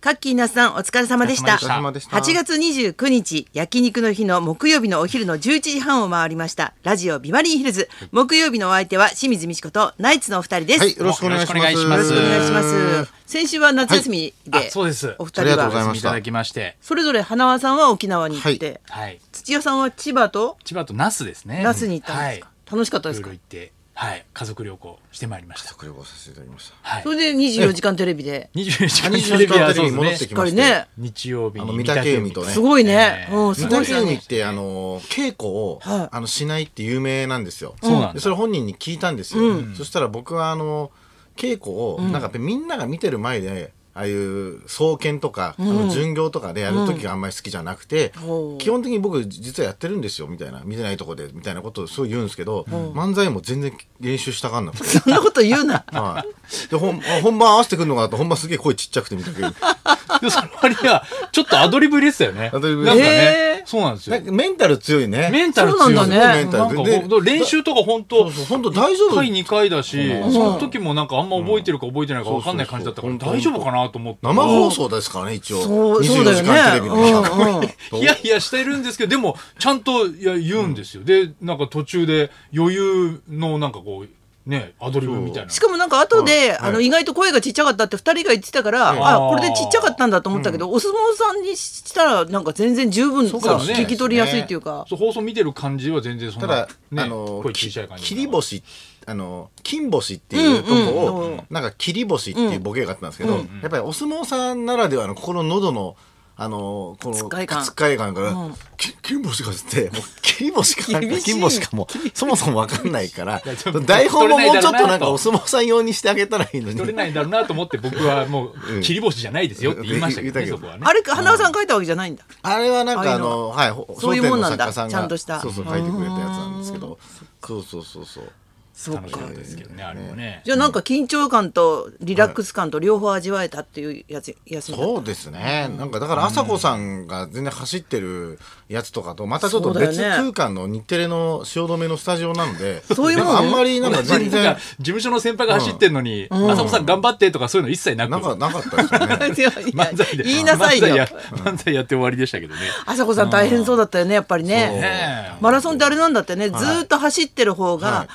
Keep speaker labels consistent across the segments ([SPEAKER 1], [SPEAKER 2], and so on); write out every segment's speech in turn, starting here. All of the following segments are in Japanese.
[SPEAKER 1] カッキーなすさんお疲れ様でした
[SPEAKER 2] お疲れ様
[SPEAKER 1] 8
[SPEAKER 2] でした
[SPEAKER 1] 月29日焼肉の日の木曜日のお昼の11時半を回りましたラジオビバリーヒルズ木曜日のお相手は清水美智子とナイツのお二人です、
[SPEAKER 2] はい、よろしくお願いします。
[SPEAKER 1] よろしくお願いしま
[SPEAKER 2] よろ
[SPEAKER 1] す
[SPEAKER 2] しく
[SPEAKER 1] 先週は夏休みで、
[SPEAKER 2] はい
[SPEAKER 3] あそうです
[SPEAKER 1] お二
[SPEAKER 2] あり
[SPEAKER 1] 人
[SPEAKER 2] がとうござい
[SPEAKER 1] は
[SPEAKER 2] ま
[SPEAKER 3] お休
[SPEAKER 2] し
[SPEAKER 3] みい
[SPEAKER 2] た
[SPEAKER 3] ただきまして、
[SPEAKER 1] それぞれ花輪さんは沖縄に行って、
[SPEAKER 3] はい、
[SPEAKER 1] 土屋さんは千葉と
[SPEAKER 3] 千葉と那須ですね。
[SPEAKER 1] 那須に行ったんですか、楽しかった
[SPEAKER 3] はい、
[SPEAKER 1] です
[SPEAKER 3] いろい
[SPEAKER 1] か
[SPEAKER 3] ろ行って、はい、家族旅行してまいりました。
[SPEAKER 2] お願いします。ご旅行させていただきました。
[SPEAKER 3] はい
[SPEAKER 1] そ。れで24時間テレビで
[SPEAKER 3] 二十時間
[SPEAKER 2] 24
[SPEAKER 3] テレビは
[SPEAKER 2] 時間テレビ
[SPEAKER 3] そうで
[SPEAKER 2] 戻って
[SPEAKER 3] す
[SPEAKER 2] き
[SPEAKER 3] ね
[SPEAKER 1] しっか
[SPEAKER 2] まし
[SPEAKER 1] り
[SPEAKER 2] たよ
[SPEAKER 1] ね
[SPEAKER 3] 日曜日
[SPEAKER 2] あ
[SPEAKER 3] に
[SPEAKER 2] の御嶽海とね
[SPEAKER 1] すごいね、
[SPEAKER 3] ええ
[SPEAKER 1] うんす
[SPEAKER 2] 三
[SPEAKER 1] ごい
[SPEAKER 2] 宅
[SPEAKER 1] です
[SPEAKER 2] 海
[SPEAKER 1] ね
[SPEAKER 2] ってあの稽古を、
[SPEAKER 1] はい
[SPEAKER 2] あのしないって有名なんですよ。
[SPEAKER 3] そうなんだ
[SPEAKER 2] でそれ本人に聞いたんですよ。そしたら僕はあの稽古を、なんかやっぱみんなが見てる前で。ああいう総研とか、あの巡業とかでやる時があんまり好きじゃなくて、
[SPEAKER 1] ほう
[SPEAKER 2] 基本的に僕実はやってるんですよみたいな見てないとこでみたいなことをすごい言うんですけど、漫才も全然練習したがんなくて
[SPEAKER 1] そんなこと言うな
[SPEAKER 2] はい、で本本番合わせてくるのかなと本番すげえ声ちっちゃくて見たけど
[SPEAKER 3] でその割にはちょっとアドリブ入れてたよね。
[SPEAKER 2] アドリブ
[SPEAKER 3] な
[SPEAKER 2] 入
[SPEAKER 3] ん
[SPEAKER 2] れ
[SPEAKER 3] か
[SPEAKER 2] て
[SPEAKER 3] ね、そう なんですよ
[SPEAKER 2] なん。かメンタル強いね
[SPEAKER 3] メンタル
[SPEAKER 1] そ
[SPEAKER 3] 強
[SPEAKER 1] う
[SPEAKER 3] い
[SPEAKER 1] な
[SPEAKER 3] よ
[SPEAKER 1] ん
[SPEAKER 3] ね。
[SPEAKER 1] だね
[SPEAKER 2] メンタル
[SPEAKER 3] なん
[SPEAKER 2] で
[SPEAKER 3] かほんと練習とか本当
[SPEAKER 2] そうそう本当大丈夫
[SPEAKER 3] 回2回だし、その時もなんかあんま覚えてるか覚えてないか分かんない感じだったから
[SPEAKER 2] そうそうそう
[SPEAKER 3] 大丈夫かなと思って。
[SPEAKER 2] 生放送ですからね一応
[SPEAKER 1] そうそう
[SPEAKER 2] 24
[SPEAKER 1] だよ
[SPEAKER 2] 時間
[SPEAKER 1] ね
[SPEAKER 2] テレビの中、
[SPEAKER 1] うんうん
[SPEAKER 3] ヒヤヒヤしてるんですけど、でも、ちゃんといや言うんですよ。で、なんか途中で余裕のなんかこう、ね、アドリブみたいな。
[SPEAKER 1] しかもなんか後で、
[SPEAKER 2] はい
[SPEAKER 1] あの意外と声がちっちゃかったって二人が言ってたから、あ
[SPEAKER 3] あー
[SPEAKER 1] これでちっちゃかったんだと思ったけど、お相撲さんにしたらなんか全然十分さ、
[SPEAKER 3] うかもね
[SPEAKER 1] 聞き取りやすいっていうか
[SPEAKER 3] そう放送見てる感じは全然そん
[SPEAKER 2] た
[SPEAKER 3] な、
[SPEAKER 2] だ、
[SPEAKER 3] ね、
[SPEAKER 2] あの
[SPEAKER 3] 声
[SPEAKER 2] き
[SPEAKER 3] 小さい感じ。
[SPEAKER 2] 切り星あの金星っていうとこを、
[SPEAKER 1] うんうん
[SPEAKER 2] なんか切り星っていうボケがあったんですけど、やっぱりお相撲さんならではのここの喉のあのこの
[SPEAKER 1] つっかえ感
[SPEAKER 2] つっかえ感から、
[SPEAKER 1] うん
[SPEAKER 2] き金星かっつってもう切り星かなんか
[SPEAKER 1] 厳しい
[SPEAKER 2] 金星かもそもそもわかんないから
[SPEAKER 3] やちょっと
[SPEAKER 2] 台本ももうちょっとなんかお
[SPEAKER 3] 取
[SPEAKER 2] 相撲さん用にしてあげたらいいのに
[SPEAKER 3] 取れないんだろうなと思って僕はも
[SPEAKER 2] うん
[SPEAKER 3] う、切り星じゃないですよって言いましたけどね、
[SPEAKER 2] 言
[SPEAKER 3] そ
[SPEAKER 2] ったけど
[SPEAKER 3] こはね。
[SPEAKER 1] あれか花輪さん書いたわけじゃないんだ、
[SPEAKER 2] あれはなん
[SPEAKER 1] ああ
[SPEAKER 2] か
[SPEAKER 1] い
[SPEAKER 2] あ
[SPEAKER 1] うの
[SPEAKER 2] のはいほ
[SPEAKER 1] そういうもんなんだ
[SPEAKER 2] 商店の作家さが
[SPEAKER 1] ちゃんとした
[SPEAKER 2] そうそう書いてくれたやつなんですけどそうそうそうそ
[SPEAKER 1] そ
[SPEAKER 2] う
[SPEAKER 1] う
[SPEAKER 3] 楽し
[SPEAKER 1] か
[SPEAKER 3] かったですけどね、あれもね。
[SPEAKER 1] じゃあなんか緊張感とリラックス感と両方味わえたっていうやつ休みだった
[SPEAKER 2] そうですねなんかだから朝子さんが全然走ってるやつとかとまたちょっ
[SPEAKER 1] そ
[SPEAKER 2] と
[SPEAKER 1] うだよね
[SPEAKER 2] 別空間の日テレの汐留のスタジオなので
[SPEAKER 1] そういうもんね
[SPEAKER 2] なんかあんまりなんか全
[SPEAKER 3] なん
[SPEAKER 2] 然
[SPEAKER 3] か事務所の先輩が走ってんのに、浅子さん頑張ってとかそういうの一切なく、
[SPEAKER 2] なんかなかったですよね
[SPEAKER 1] いやいや
[SPEAKER 3] 漫才で、
[SPEAKER 1] 言いなさい
[SPEAKER 3] 漫才や
[SPEAKER 1] よ
[SPEAKER 3] 漫才やって終わりでしたけどね。
[SPEAKER 1] 朝子さん大変そうだったよねやっぱりね
[SPEAKER 3] ねえ
[SPEAKER 1] マラソンってあれなんだってね、ずーっと走ってる方が、
[SPEAKER 2] は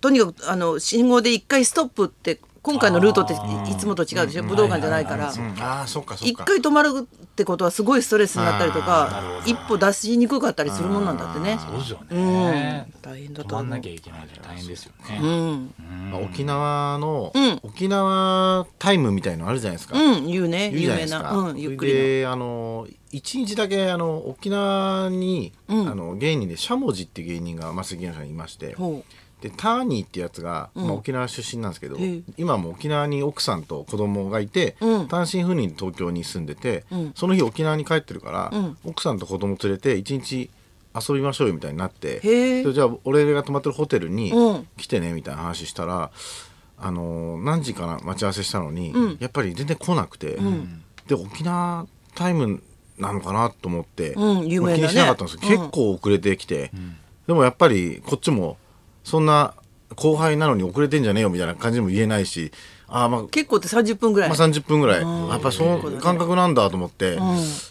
[SPEAKER 1] とにかくあの信号で一回ストップって今回のルートっていいつもと違うでしょ武道館じゃないから。
[SPEAKER 2] うんああそっかそっ
[SPEAKER 1] 一
[SPEAKER 2] か
[SPEAKER 1] 回止まるってことはすごいストレスになったりとか一歩出しにくかったりするもんなんだってね
[SPEAKER 3] そうですよね。
[SPEAKER 1] 大変だ
[SPEAKER 3] 止
[SPEAKER 1] と
[SPEAKER 3] まん
[SPEAKER 1] 思
[SPEAKER 3] な
[SPEAKER 1] う
[SPEAKER 3] きゃいけないじゃ大変ですよね。
[SPEAKER 1] うん
[SPEAKER 2] まあ沖縄の
[SPEAKER 1] ん
[SPEAKER 2] 沖縄タイムみたいのあるじゃないですか
[SPEAKER 1] うん言うね
[SPEAKER 2] 言うじ
[SPEAKER 1] 有名
[SPEAKER 2] ゃないです
[SPEAKER 1] な
[SPEAKER 2] か。
[SPEAKER 1] うんゆっくり
[SPEAKER 2] であの一日だけあの沖縄に、あの芸人でしゃもじっていう芸人がマスギアさんにいまして
[SPEAKER 1] の。ほ
[SPEAKER 2] でターニーってやつが、まあ、沖縄出身なんですけど、
[SPEAKER 1] へえ
[SPEAKER 2] 今も沖縄に奥さんと子供がいて、
[SPEAKER 1] うん
[SPEAKER 2] 単身赴任で東京に住んでて、その日沖縄に帰ってるから、
[SPEAKER 1] ん
[SPEAKER 2] 奥さんと子供連れて一日遊びましょうよみたいになって
[SPEAKER 1] へえ
[SPEAKER 2] でじゃあ俺が泊まってるホテルに
[SPEAKER 1] うん
[SPEAKER 2] 来てねみたいな話したら、あのー何時かな待ち合わせしたのに、やっぱり全然来なくて、で沖縄タイムなのかなと思って、
[SPEAKER 1] うん有名だ
[SPEAKER 2] まあ
[SPEAKER 1] ね
[SPEAKER 2] 気にしなかったんですけど、
[SPEAKER 1] うん
[SPEAKER 2] 結構遅れてきて、でもやっぱりこっちもそんな後輩なのに遅れてんじゃねえよみたいな感じにも言えないしあー、まあ
[SPEAKER 1] う結構って30分ぐらい
[SPEAKER 2] まあ、30分ぐらい、
[SPEAKER 1] ん
[SPEAKER 2] やっぱその感覚なんだと思って、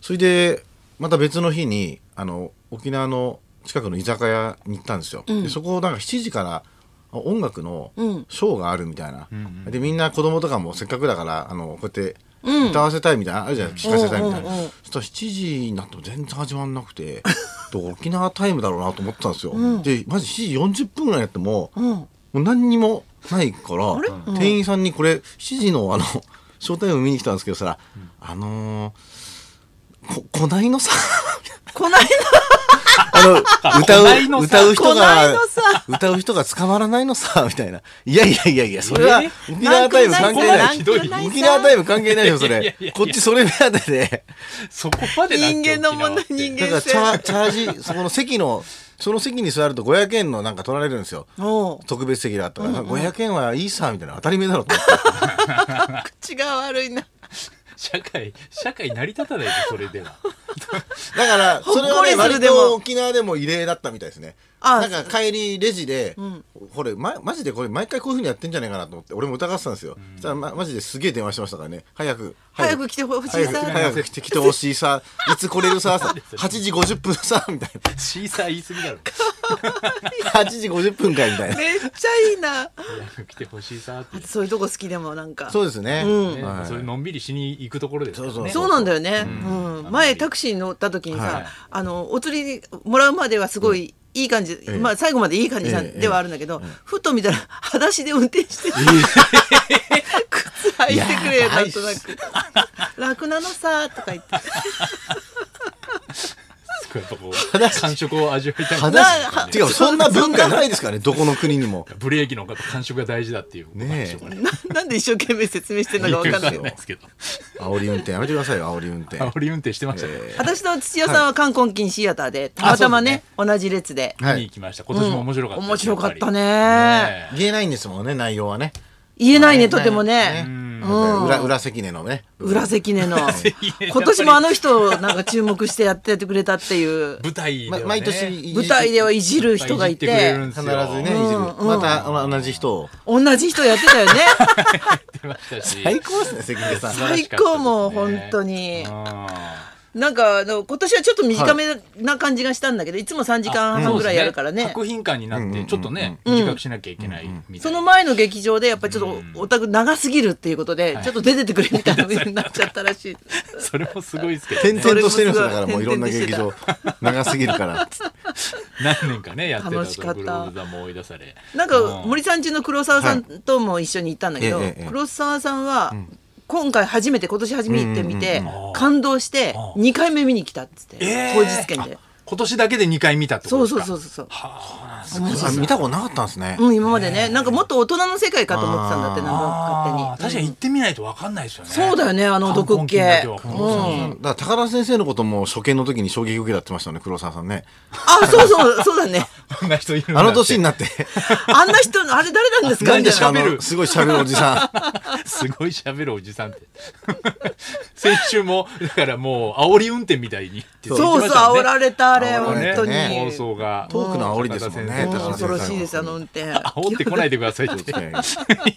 [SPEAKER 2] それでまた別の日にあの沖縄の近くの居酒屋に行ったんですよ、でそこなんか7時からあ音楽のショーがあるみたいな、でみんな子供とかもせっかくだからあのこうやって歌わせたいみたいなのあるじゃないですか、聞かせたいみたいな、
[SPEAKER 1] うんうんうん
[SPEAKER 2] そしたら7時になっても全然始まんなくて で沖縄タイムだろうなと思ってたんですよ、でまず7時40分ぐらいになっても、もう何にもないから店員さんにこれ7時のあのショータイム見に来たんですけどさ、あのー、ここないのさ
[SPEAKER 1] こ ない
[SPEAKER 2] あの歌
[SPEAKER 3] こないの
[SPEAKER 2] う
[SPEAKER 3] さ
[SPEAKER 2] 歌う人
[SPEAKER 1] こない
[SPEAKER 2] が
[SPEAKER 1] のさ
[SPEAKER 2] 歌う人が捕まらないのさみたいないやいやいやいやそれは
[SPEAKER 3] え
[SPEAKER 2] 沖縄タイム関係ない
[SPEAKER 1] なんかないさ
[SPEAKER 2] 沖縄タイム関係ないよそ
[SPEAKER 3] いやいや
[SPEAKER 2] れ
[SPEAKER 3] いや
[SPEAKER 2] こっちそれ目当てで。
[SPEAKER 3] そこまでだって
[SPEAKER 1] 人間の問題
[SPEAKER 3] 沖縄って
[SPEAKER 1] 人間
[SPEAKER 2] だからチャーチャージそこの席のその席に座ると500円のなんか取られるんですよ
[SPEAKER 1] なおう
[SPEAKER 2] 特別席だったから、500円はいいさみたいな当たり前だろと思って
[SPEAKER 1] 口が悪いな
[SPEAKER 3] 社会社会成り立たないでそれでは
[SPEAKER 2] だからそれは
[SPEAKER 1] ほ
[SPEAKER 2] ね
[SPEAKER 1] っこりする
[SPEAKER 2] 割
[SPEAKER 1] でも
[SPEAKER 2] と沖縄でも異例だったみたいですね
[SPEAKER 1] あ
[SPEAKER 2] なんか帰りレジで、これ、ま、マジでこれ毎回こういうふうにやってんじゃないかなと思って俺も疑ってたんですよ、そしたら、ま、マジですげえ電話してましたからね早く
[SPEAKER 1] 早く来てほしい
[SPEAKER 2] 早く
[SPEAKER 1] さ
[SPEAKER 2] 早く来て来てほしい さいつ来れるささ8時50分さみたい
[SPEAKER 3] シーサー言い過ぎだろ
[SPEAKER 2] な8時50分かいみたいな
[SPEAKER 1] めっちゃいいな
[SPEAKER 3] 早く来てほしいさって、
[SPEAKER 1] そういうとこ好きでもなんか
[SPEAKER 2] そうですね、
[SPEAKER 1] うん
[SPEAKER 3] ね
[SPEAKER 2] はい
[SPEAKER 3] そういうのんびりしに行くところですからね
[SPEAKER 2] そうそう
[SPEAKER 1] そうなんだよね、うん前タクシーに乗った時にさ、
[SPEAKER 2] はい
[SPEAKER 1] あのお釣りもらうまではすごい、いい感じ、
[SPEAKER 2] ええ
[SPEAKER 1] まあ最後までいい感じさん
[SPEAKER 2] ええ
[SPEAKER 1] ではあるんだけど、ふと見たら裸足で運転してて、靴履いてくれ
[SPEAKER 2] やば
[SPEAKER 1] なん
[SPEAKER 2] いっす
[SPEAKER 1] となく楽なのさとか言って
[SPEAKER 3] やっぱこう感触を味わいたいん
[SPEAKER 2] 話
[SPEAKER 3] だ
[SPEAKER 1] なは
[SPEAKER 2] てかそんな文化ないですからねどこの国にも
[SPEAKER 3] ブレーキの方と感触が大事だっていうことなんでしょうかね
[SPEAKER 1] ななんで一生懸命説明してるのか分かんないけ
[SPEAKER 2] い
[SPEAKER 1] ど
[SPEAKER 2] やいや
[SPEAKER 3] ですけど
[SPEAKER 2] 煽り運転やめてくださいよ煽り運転
[SPEAKER 3] 煽り運転してましたね、
[SPEAKER 2] え
[SPEAKER 1] 私と土屋さんは冠婚金シアターでたまたまね同じ列で、
[SPEAKER 2] は
[SPEAKER 3] 見に
[SPEAKER 2] い
[SPEAKER 3] 行きました今年も面白かっ
[SPEAKER 1] う
[SPEAKER 3] た
[SPEAKER 1] ん
[SPEAKER 3] です、
[SPEAKER 1] 面白かったね
[SPEAKER 3] やっぱりね
[SPEAKER 2] 言えないんですもんね内容はね
[SPEAKER 1] 言えないねとてもね
[SPEAKER 2] ね
[SPEAKER 1] うん
[SPEAKER 2] 裏裏関根のね
[SPEAKER 1] 裏関根の
[SPEAKER 3] 根
[SPEAKER 1] 今年もあの人をなんか注目してやっててくれたっていう
[SPEAKER 3] 舞台では、
[SPEAKER 2] ま
[SPEAKER 3] ね、
[SPEAKER 2] 毎年いじ
[SPEAKER 1] 舞台ではいじる人がい
[SPEAKER 3] いっぱいじってくれる
[SPEAKER 1] て
[SPEAKER 3] ん
[SPEAKER 2] 必ずねいじる
[SPEAKER 1] うんうん
[SPEAKER 2] またあの同じ人を
[SPEAKER 1] 同じ人やってた よね
[SPEAKER 3] 出ましたし
[SPEAKER 2] 最高ですね関根さん
[SPEAKER 3] 素晴らし
[SPEAKER 1] 最
[SPEAKER 3] かったですね
[SPEAKER 1] 高もう本当に
[SPEAKER 3] あ
[SPEAKER 1] なんかあの今年はちょっと短めな感じがしたんだけどいつも3時間
[SPEAKER 3] ー
[SPEAKER 1] 半ぐらいやるから
[SPEAKER 3] そう
[SPEAKER 1] ね
[SPEAKER 3] です作品館になってちょっとね、短くしなきゃいけないみた
[SPEAKER 1] そ
[SPEAKER 3] いな、
[SPEAKER 1] の前の劇場でやっぱりちょっとオタク長すぎるっていうことでちょっと出ててくれみたいな風になっちゃったらしい
[SPEAKER 3] それもすごいですけど、
[SPEAKER 2] 転
[SPEAKER 3] ね、
[SPEAKER 2] 々としてるんですよだからもうい
[SPEAKER 1] それ
[SPEAKER 2] ろん
[SPEAKER 1] も
[SPEAKER 2] な
[SPEAKER 1] すごい
[SPEAKER 2] 劇場長すぎる から
[SPEAKER 3] 何年かねやってた
[SPEAKER 1] 楽しか
[SPEAKER 3] と
[SPEAKER 1] った
[SPEAKER 3] グローブ座も追い出され
[SPEAKER 1] なんか森さん中の黒沢さんとも一緒に行ったんだけど
[SPEAKER 2] はいええええ
[SPEAKER 1] 黒沢さんは今回初めて今年初めて行ってみて
[SPEAKER 2] うん
[SPEAKER 3] うんうん
[SPEAKER 1] 感動して
[SPEAKER 3] うん
[SPEAKER 1] 2回目見に来たっつって
[SPEAKER 3] えー
[SPEAKER 1] 当日券で
[SPEAKER 3] 今年だけで2回見たってこ
[SPEAKER 1] そ
[SPEAKER 3] と
[SPEAKER 1] う
[SPEAKER 3] です
[SPEAKER 1] そうそううそ
[SPEAKER 3] かそう
[SPEAKER 1] う
[SPEAKER 3] はあ
[SPEAKER 1] 面白
[SPEAKER 2] あ
[SPEAKER 1] い
[SPEAKER 2] 見たことなかったんですね
[SPEAKER 1] うん、今までね、なんかもっと大人の世界かと思ってたんだって、
[SPEAKER 2] あー
[SPEAKER 1] なんか勝手に。
[SPEAKER 3] 確かに行ってみないと分かんないですよね、
[SPEAKER 1] そうだよねあの毒っ気
[SPEAKER 3] 観光金だけは本当に
[SPEAKER 1] うん
[SPEAKER 2] だから高田先生のことも初見の時に衝撃受けたって言ってましたよね黒沢さんね
[SPEAKER 1] あ、そうそう、そうだね。
[SPEAKER 3] こんな人いるんだ
[SPEAKER 2] あ
[SPEAKER 3] って
[SPEAKER 2] の年 になって
[SPEAKER 1] あんな人、あれ誰なんですか
[SPEAKER 2] なん
[SPEAKER 1] みた
[SPEAKER 2] で
[SPEAKER 1] い
[SPEAKER 2] しか
[SPEAKER 1] な
[SPEAKER 2] あ。のすごい喋るおじさん
[SPEAKER 3] すごい喋るおじさんって 先週もだからもう煽り運転みたいにって言って
[SPEAKER 1] そう
[SPEAKER 3] ま
[SPEAKER 1] そう、
[SPEAKER 3] したも
[SPEAKER 1] 煽
[SPEAKER 3] んね
[SPEAKER 1] られた、あれ、
[SPEAKER 2] 煽
[SPEAKER 1] 本
[SPEAKER 2] られ
[SPEAKER 1] 当
[SPEAKER 2] た
[SPEAKER 1] に。
[SPEAKER 2] ね
[SPEAKER 3] 放送が
[SPEAKER 2] トークの煽りですもんね
[SPEAKER 1] うん
[SPEAKER 3] 高田先
[SPEAKER 1] 恐ろ
[SPEAKER 3] 生
[SPEAKER 1] しいです、あの運転。
[SPEAKER 3] 煽ってこないでくださいって
[SPEAKER 2] ね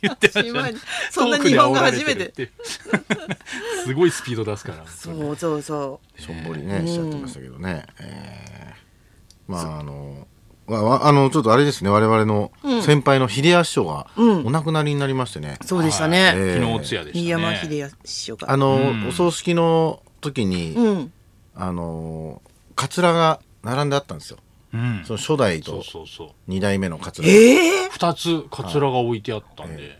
[SPEAKER 3] 言ってました
[SPEAKER 1] 今
[SPEAKER 3] ね
[SPEAKER 1] そんな日本が初めて。
[SPEAKER 3] トークで煽られるっていう すごいスピード出すから
[SPEAKER 1] そうそうそ
[SPEAKER 2] しょんぼりねしちゃってましたけどね、えーまああのわわあのちょっとあれですね我々の先輩の秀康師匠が
[SPEAKER 1] うん
[SPEAKER 2] お亡くなりになりましてね
[SPEAKER 1] う。、そうでした
[SPEAKER 2] え
[SPEAKER 1] ね。
[SPEAKER 2] ー
[SPEAKER 3] 昨日お通夜でしたね
[SPEAKER 1] 新山秀康師匠が
[SPEAKER 2] あ。の、
[SPEAKER 3] うん
[SPEAKER 2] お葬式の時に、
[SPEAKER 1] うん。
[SPEAKER 2] あのカツラが並んであったんですよ
[SPEAKER 3] うん
[SPEAKER 2] その初代
[SPEAKER 3] そう
[SPEAKER 2] と
[SPEAKER 3] そうそう
[SPEAKER 2] 2代目のカツラ
[SPEAKER 1] ええ。
[SPEAKER 3] 二つカツラが置いてあったんで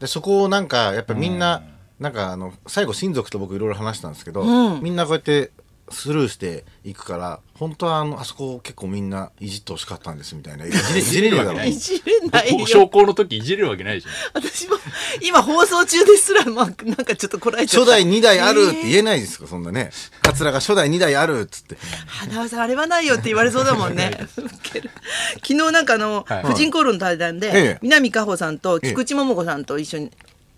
[SPEAKER 2] でそこをなんかやっぱみんな、なんかあの最後親族と僕いろいろ話したんですけど、
[SPEAKER 1] うん
[SPEAKER 2] みんなこうやってスルーしていくから本当はあのあそこを結構みんないじってほしかったんですみたいないじれいじれるだろう
[SPEAKER 3] い
[SPEAKER 1] いじれない
[SPEAKER 3] こう
[SPEAKER 1] よ。
[SPEAKER 3] 昇降の時いじれるわけないじゃん
[SPEAKER 1] 私も、今放送中ですら、まあ、なんかちょっとこらえちゃっ
[SPEAKER 2] 初
[SPEAKER 1] た。
[SPEAKER 2] 代2代あるって言えないですか、そんなねカツラが初代2代あるっつって
[SPEAKER 1] 花輪さんあれはないよって言われそうだもんね。ウケる昨日なんかあの、
[SPEAKER 3] はい
[SPEAKER 1] 婦人公論の対談
[SPEAKER 2] え
[SPEAKER 1] で
[SPEAKER 2] え、
[SPEAKER 1] 南果歩さんと菊池桃子さんと一緒に。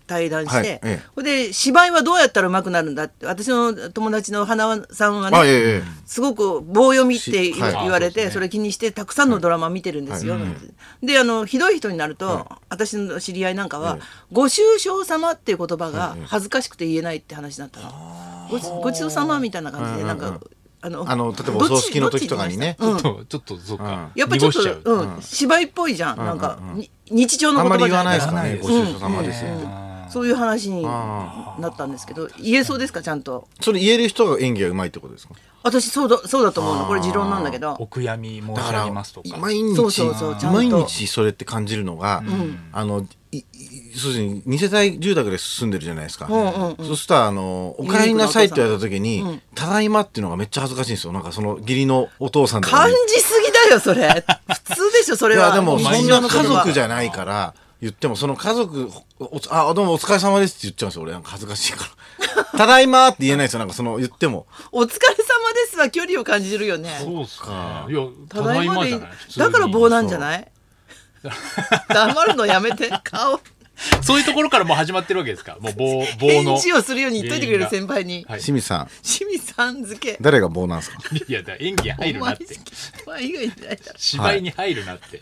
[SPEAKER 1] 対談し
[SPEAKER 2] はい
[SPEAKER 1] て
[SPEAKER 2] え、え
[SPEAKER 1] ほいで芝居はどうやったら上手くなるんだって私の友達の花輪さんは
[SPEAKER 2] あ
[SPEAKER 1] ね
[SPEAKER 2] いえいえ
[SPEAKER 1] すごく棒読みって
[SPEAKER 2] し
[SPEAKER 1] 言,、
[SPEAKER 2] はい
[SPEAKER 1] われ
[SPEAKER 3] あそうです
[SPEAKER 1] て
[SPEAKER 3] ね
[SPEAKER 1] それ気にしてたくさんのドラマ見てるんですよ、
[SPEAKER 2] はい
[SPEAKER 1] であのひどい人になると、私の知り合いなんかは、ご愁傷様っていう言葉が恥ずかしくて言えないって話になったの、ごちごちそうさまみたいな感じでなんか、あの
[SPEAKER 2] あの例えばお
[SPEAKER 1] どっち
[SPEAKER 2] 葬式の時とかにね
[SPEAKER 1] どっち言いましたうん
[SPEAKER 3] ちょっとちょっとそっか
[SPEAKER 1] やっぱちょっと
[SPEAKER 3] 濁しゃう
[SPEAKER 1] う、ん、芝居っぽいじゃん、なんか、に日常の
[SPEAKER 2] あんま
[SPEAKER 1] 言
[SPEAKER 2] り
[SPEAKER 1] 葉
[SPEAKER 2] 言
[SPEAKER 1] じゃ
[SPEAKER 2] わな
[SPEAKER 1] ないい
[SPEAKER 2] です
[SPEAKER 1] か
[SPEAKER 2] か
[SPEAKER 3] う
[SPEAKER 2] らね
[SPEAKER 3] ん
[SPEAKER 2] ご愁傷様ですよって
[SPEAKER 3] あー
[SPEAKER 1] そういう話になったんですけど言えそうですかちゃんと
[SPEAKER 2] それ言える人が演技がうまいってことですか
[SPEAKER 1] 私そうだそうだと思うのこれ持論なんだけど
[SPEAKER 3] お悔やみ申し
[SPEAKER 2] だか
[SPEAKER 3] 上
[SPEAKER 2] ら
[SPEAKER 3] げますとか
[SPEAKER 2] 毎日
[SPEAKER 1] そうそうそうちゃんと
[SPEAKER 2] 毎日それって感じるのが、あのいいそうですね2世帯住宅で住んでるじゃないですか、
[SPEAKER 1] んうん
[SPEAKER 2] そしたらあの「お帰りなさい」って言われた時に「ただいま」っていうのがめっちゃ恥ずかしいんですよなんかその義理のお父さんとか
[SPEAKER 1] 感
[SPEAKER 2] に
[SPEAKER 1] じすぎだよそれ普通でしょそ
[SPEAKER 2] い
[SPEAKER 1] れは
[SPEAKER 2] やでもそんな家族じ
[SPEAKER 1] ゃ
[SPEAKER 2] ゃないから言ってもその家族お「あどうもお疲れ様です」って言っちゃうんですよ俺なんか恥ずかしいから「ただいま」って言えないですよなんかその言っても
[SPEAKER 1] お疲れ様ですは距離を感じるよね
[SPEAKER 3] そうっすかいや
[SPEAKER 1] た
[SPEAKER 3] た
[SPEAKER 1] だ
[SPEAKER 3] だ
[SPEAKER 1] い
[SPEAKER 3] い
[SPEAKER 1] ま
[SPEAKER 3] ま
[SPEAKER 1] でいい
[SPEAKER 3] じゃない普通に
[SPEAKER 1] だから棒なんじゃない黙るのやめて顔
[SPEAKER 3] そういうところからもう始まってるわけですか。もう棒 棒の
[SPEAKER 1] 返。事をするように言っといてくれる先輩に
[SPEAKER 3] はい
[SPEAKER 2] 清水さん
[SPEAKER 1] 清水さん付け
[SPEAKER 2] 誰が棒なんですか
[SPEAKER 3] いやだから演技入るなって。
[SPEAKER 1] お前以外にないだろ
[SPEAKER 3] 芝居に入るなって。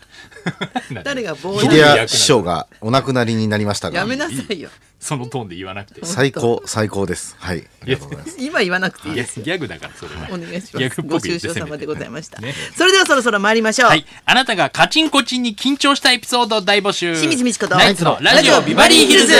[SPEAKER 3] なんで
[SPEAKER 1] 誰が棒
[SPEAKER 3] どう
[SPEAKER 1] な
[SPEAKER 3] いう
[SPEAKER 1] の
[SPEAKER 3] 役
[SPEAKER 2] 秀
[SPEAKER 3] なの
[SPEAKER 2] 谷師匠がお亡くなりになりましたが
[SPEAKER 1] やめなさいよ
[SPEAKER 3] そのトーンで言わなくて。い
[SPEAKER 2] 最高最高ですはいありがとうございます
[SPEAKER 1] 今言わなくていい
[SPEAKER 3] や
[SPEAKER 1] で
[SPEAKER 3] ギ
[SPEAKER 1] すよ
[SPEAKER 3] ャグだからそれは。
[SPEAKER 1] お願いし
[SPEAKER 3] ギ
[SPEAKER 1] ま
[SPEAKER 3] ャ
[SPEAKER 1] す
[SPEAKER 3] グっ
[SPEAKER 1] ご
[SPEAKER 3] ぽく
[SPEAKER 1] 愁
[SPEAKER 3] 言って
[SPEAKER 1] 傷様でございました、
[SPEAKER 3] ね
[SPEAKER 1] それではそろそろ参りましょう、
[SPEAKER 3] はい。あなたがカチンコチンに緊張したエピソードを大募集。
[SPEAKER 1] 清水ミチコと
[SPEAKER 3] ナイツのラジオビバリーヒルズ。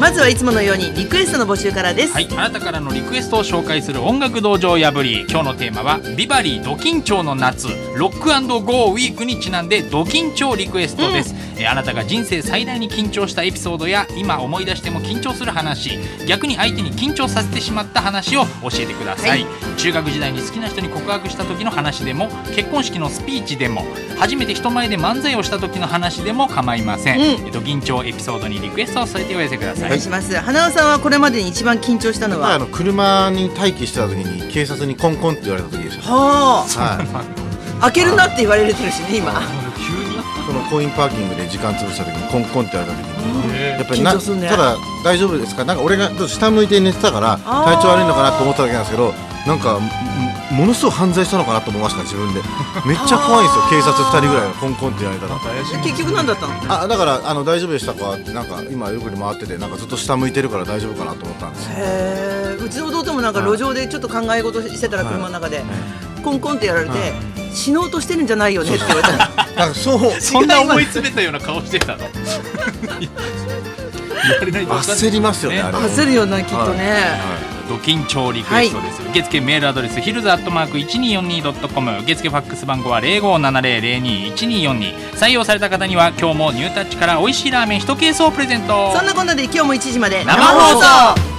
[SPEAKER 1] まずはいつものようにリクエストの募集からです、
[SPEAKER 3] はい。あなたからのリクエストを紹介する音楽道場破り。今日のテーマはビバリード緊張の夏ロックゴーウィークにちなんでド緊張リクエストです。えーあなたが人生最大に緊張したエピソードや今思い出しても緊張する話、逆に相手に緊張させてしまった話を教えてください。
[SPEAKER 1] は
[SPEAKER 3] 中学時代に好きな人に告白した時の話でも結婚式のスピーチでも初めて人前で漫才をした時の話でも構いません、
[SPEAKER 1] うん
[SPEAKER 3] えっと緊張エピソードにリクエストを添えてお寄せくだ
[SPEAKER 1] お
[SPEAKER 3] さい、
[SPEAKER 1] 願いします、花尾さんはこれまでに一番緊張したの
[SPEAKER 2] まあ、あ
[SPEAKER 1] は
[SPEAKER 2] の車に待機してた時に警察にコンコンって言われた時 ですよ、
[SPEAKER 1] は
[SPEAKER 2] はい、
[SPEAKER 1] あ開けるなって言われてるしね今
[SPEAKER 2] このコインパーキングで時間潰した時にコンコンって言われた時に、やっぱり
[SPEAKER 1] 緊
[SPEAKER 2] な
[SPEAKER 1] 張すんね
[SPEAKER 2] ただ大丈夫ですかなんか俺がちょっと下向いて寝てたから
[SPEAKER 1] あー
[SPEAKER 2] 体調悪いのかなと思っただけなんですけどなんかもものすごい犯罪したのかなと思いました自分で めっちゃ怖いんですよ
[SPEAKER 1] あー
[SPEAKER 2] 警察2人ぐらいがコンコンって言われたら。
[SPEAKER 1] 結局何だったの
[SPEAKER 2] あだからあの大丈夫でしたかってなんか今よく回っててなんかずっと下向いてるから大丈夫かなと思ったん ですよ
[SPEAKER 1] へーうちの弟もなんか路上でちょっと考え事してたら
[SPEAKER 2] はい
[SPEAKER 1] 車の中で、
[SPEAKER 2] い
[SPEAKER 1] コンコンってやられて、
[SPEAKER 2] はい
[SPEAKER 1] 死のうとしてるんじゃないよねって言われた
[SPEAKER 2] なんかそう
[SPEAKER 3] そんな思い詰めたような顔してたの 言われないと分かんない
[SPEAKER 2] 焦りますよねあれ
[SPEAKER 1] 焦るよなきっとね、
[SPEAKER 3] ド緊張リクエストです、受付メールアドレスヒルズアットマーク 1242.com 受付ファックス番号は0570021242採用された方には今日もニュータッチから美味しいラーメン1ケースをプレゼント
[SPEAKER 1] そんなこんなで今日も1時まで
[SPEAKER 3] 生放送
[SPEAKER 1] 送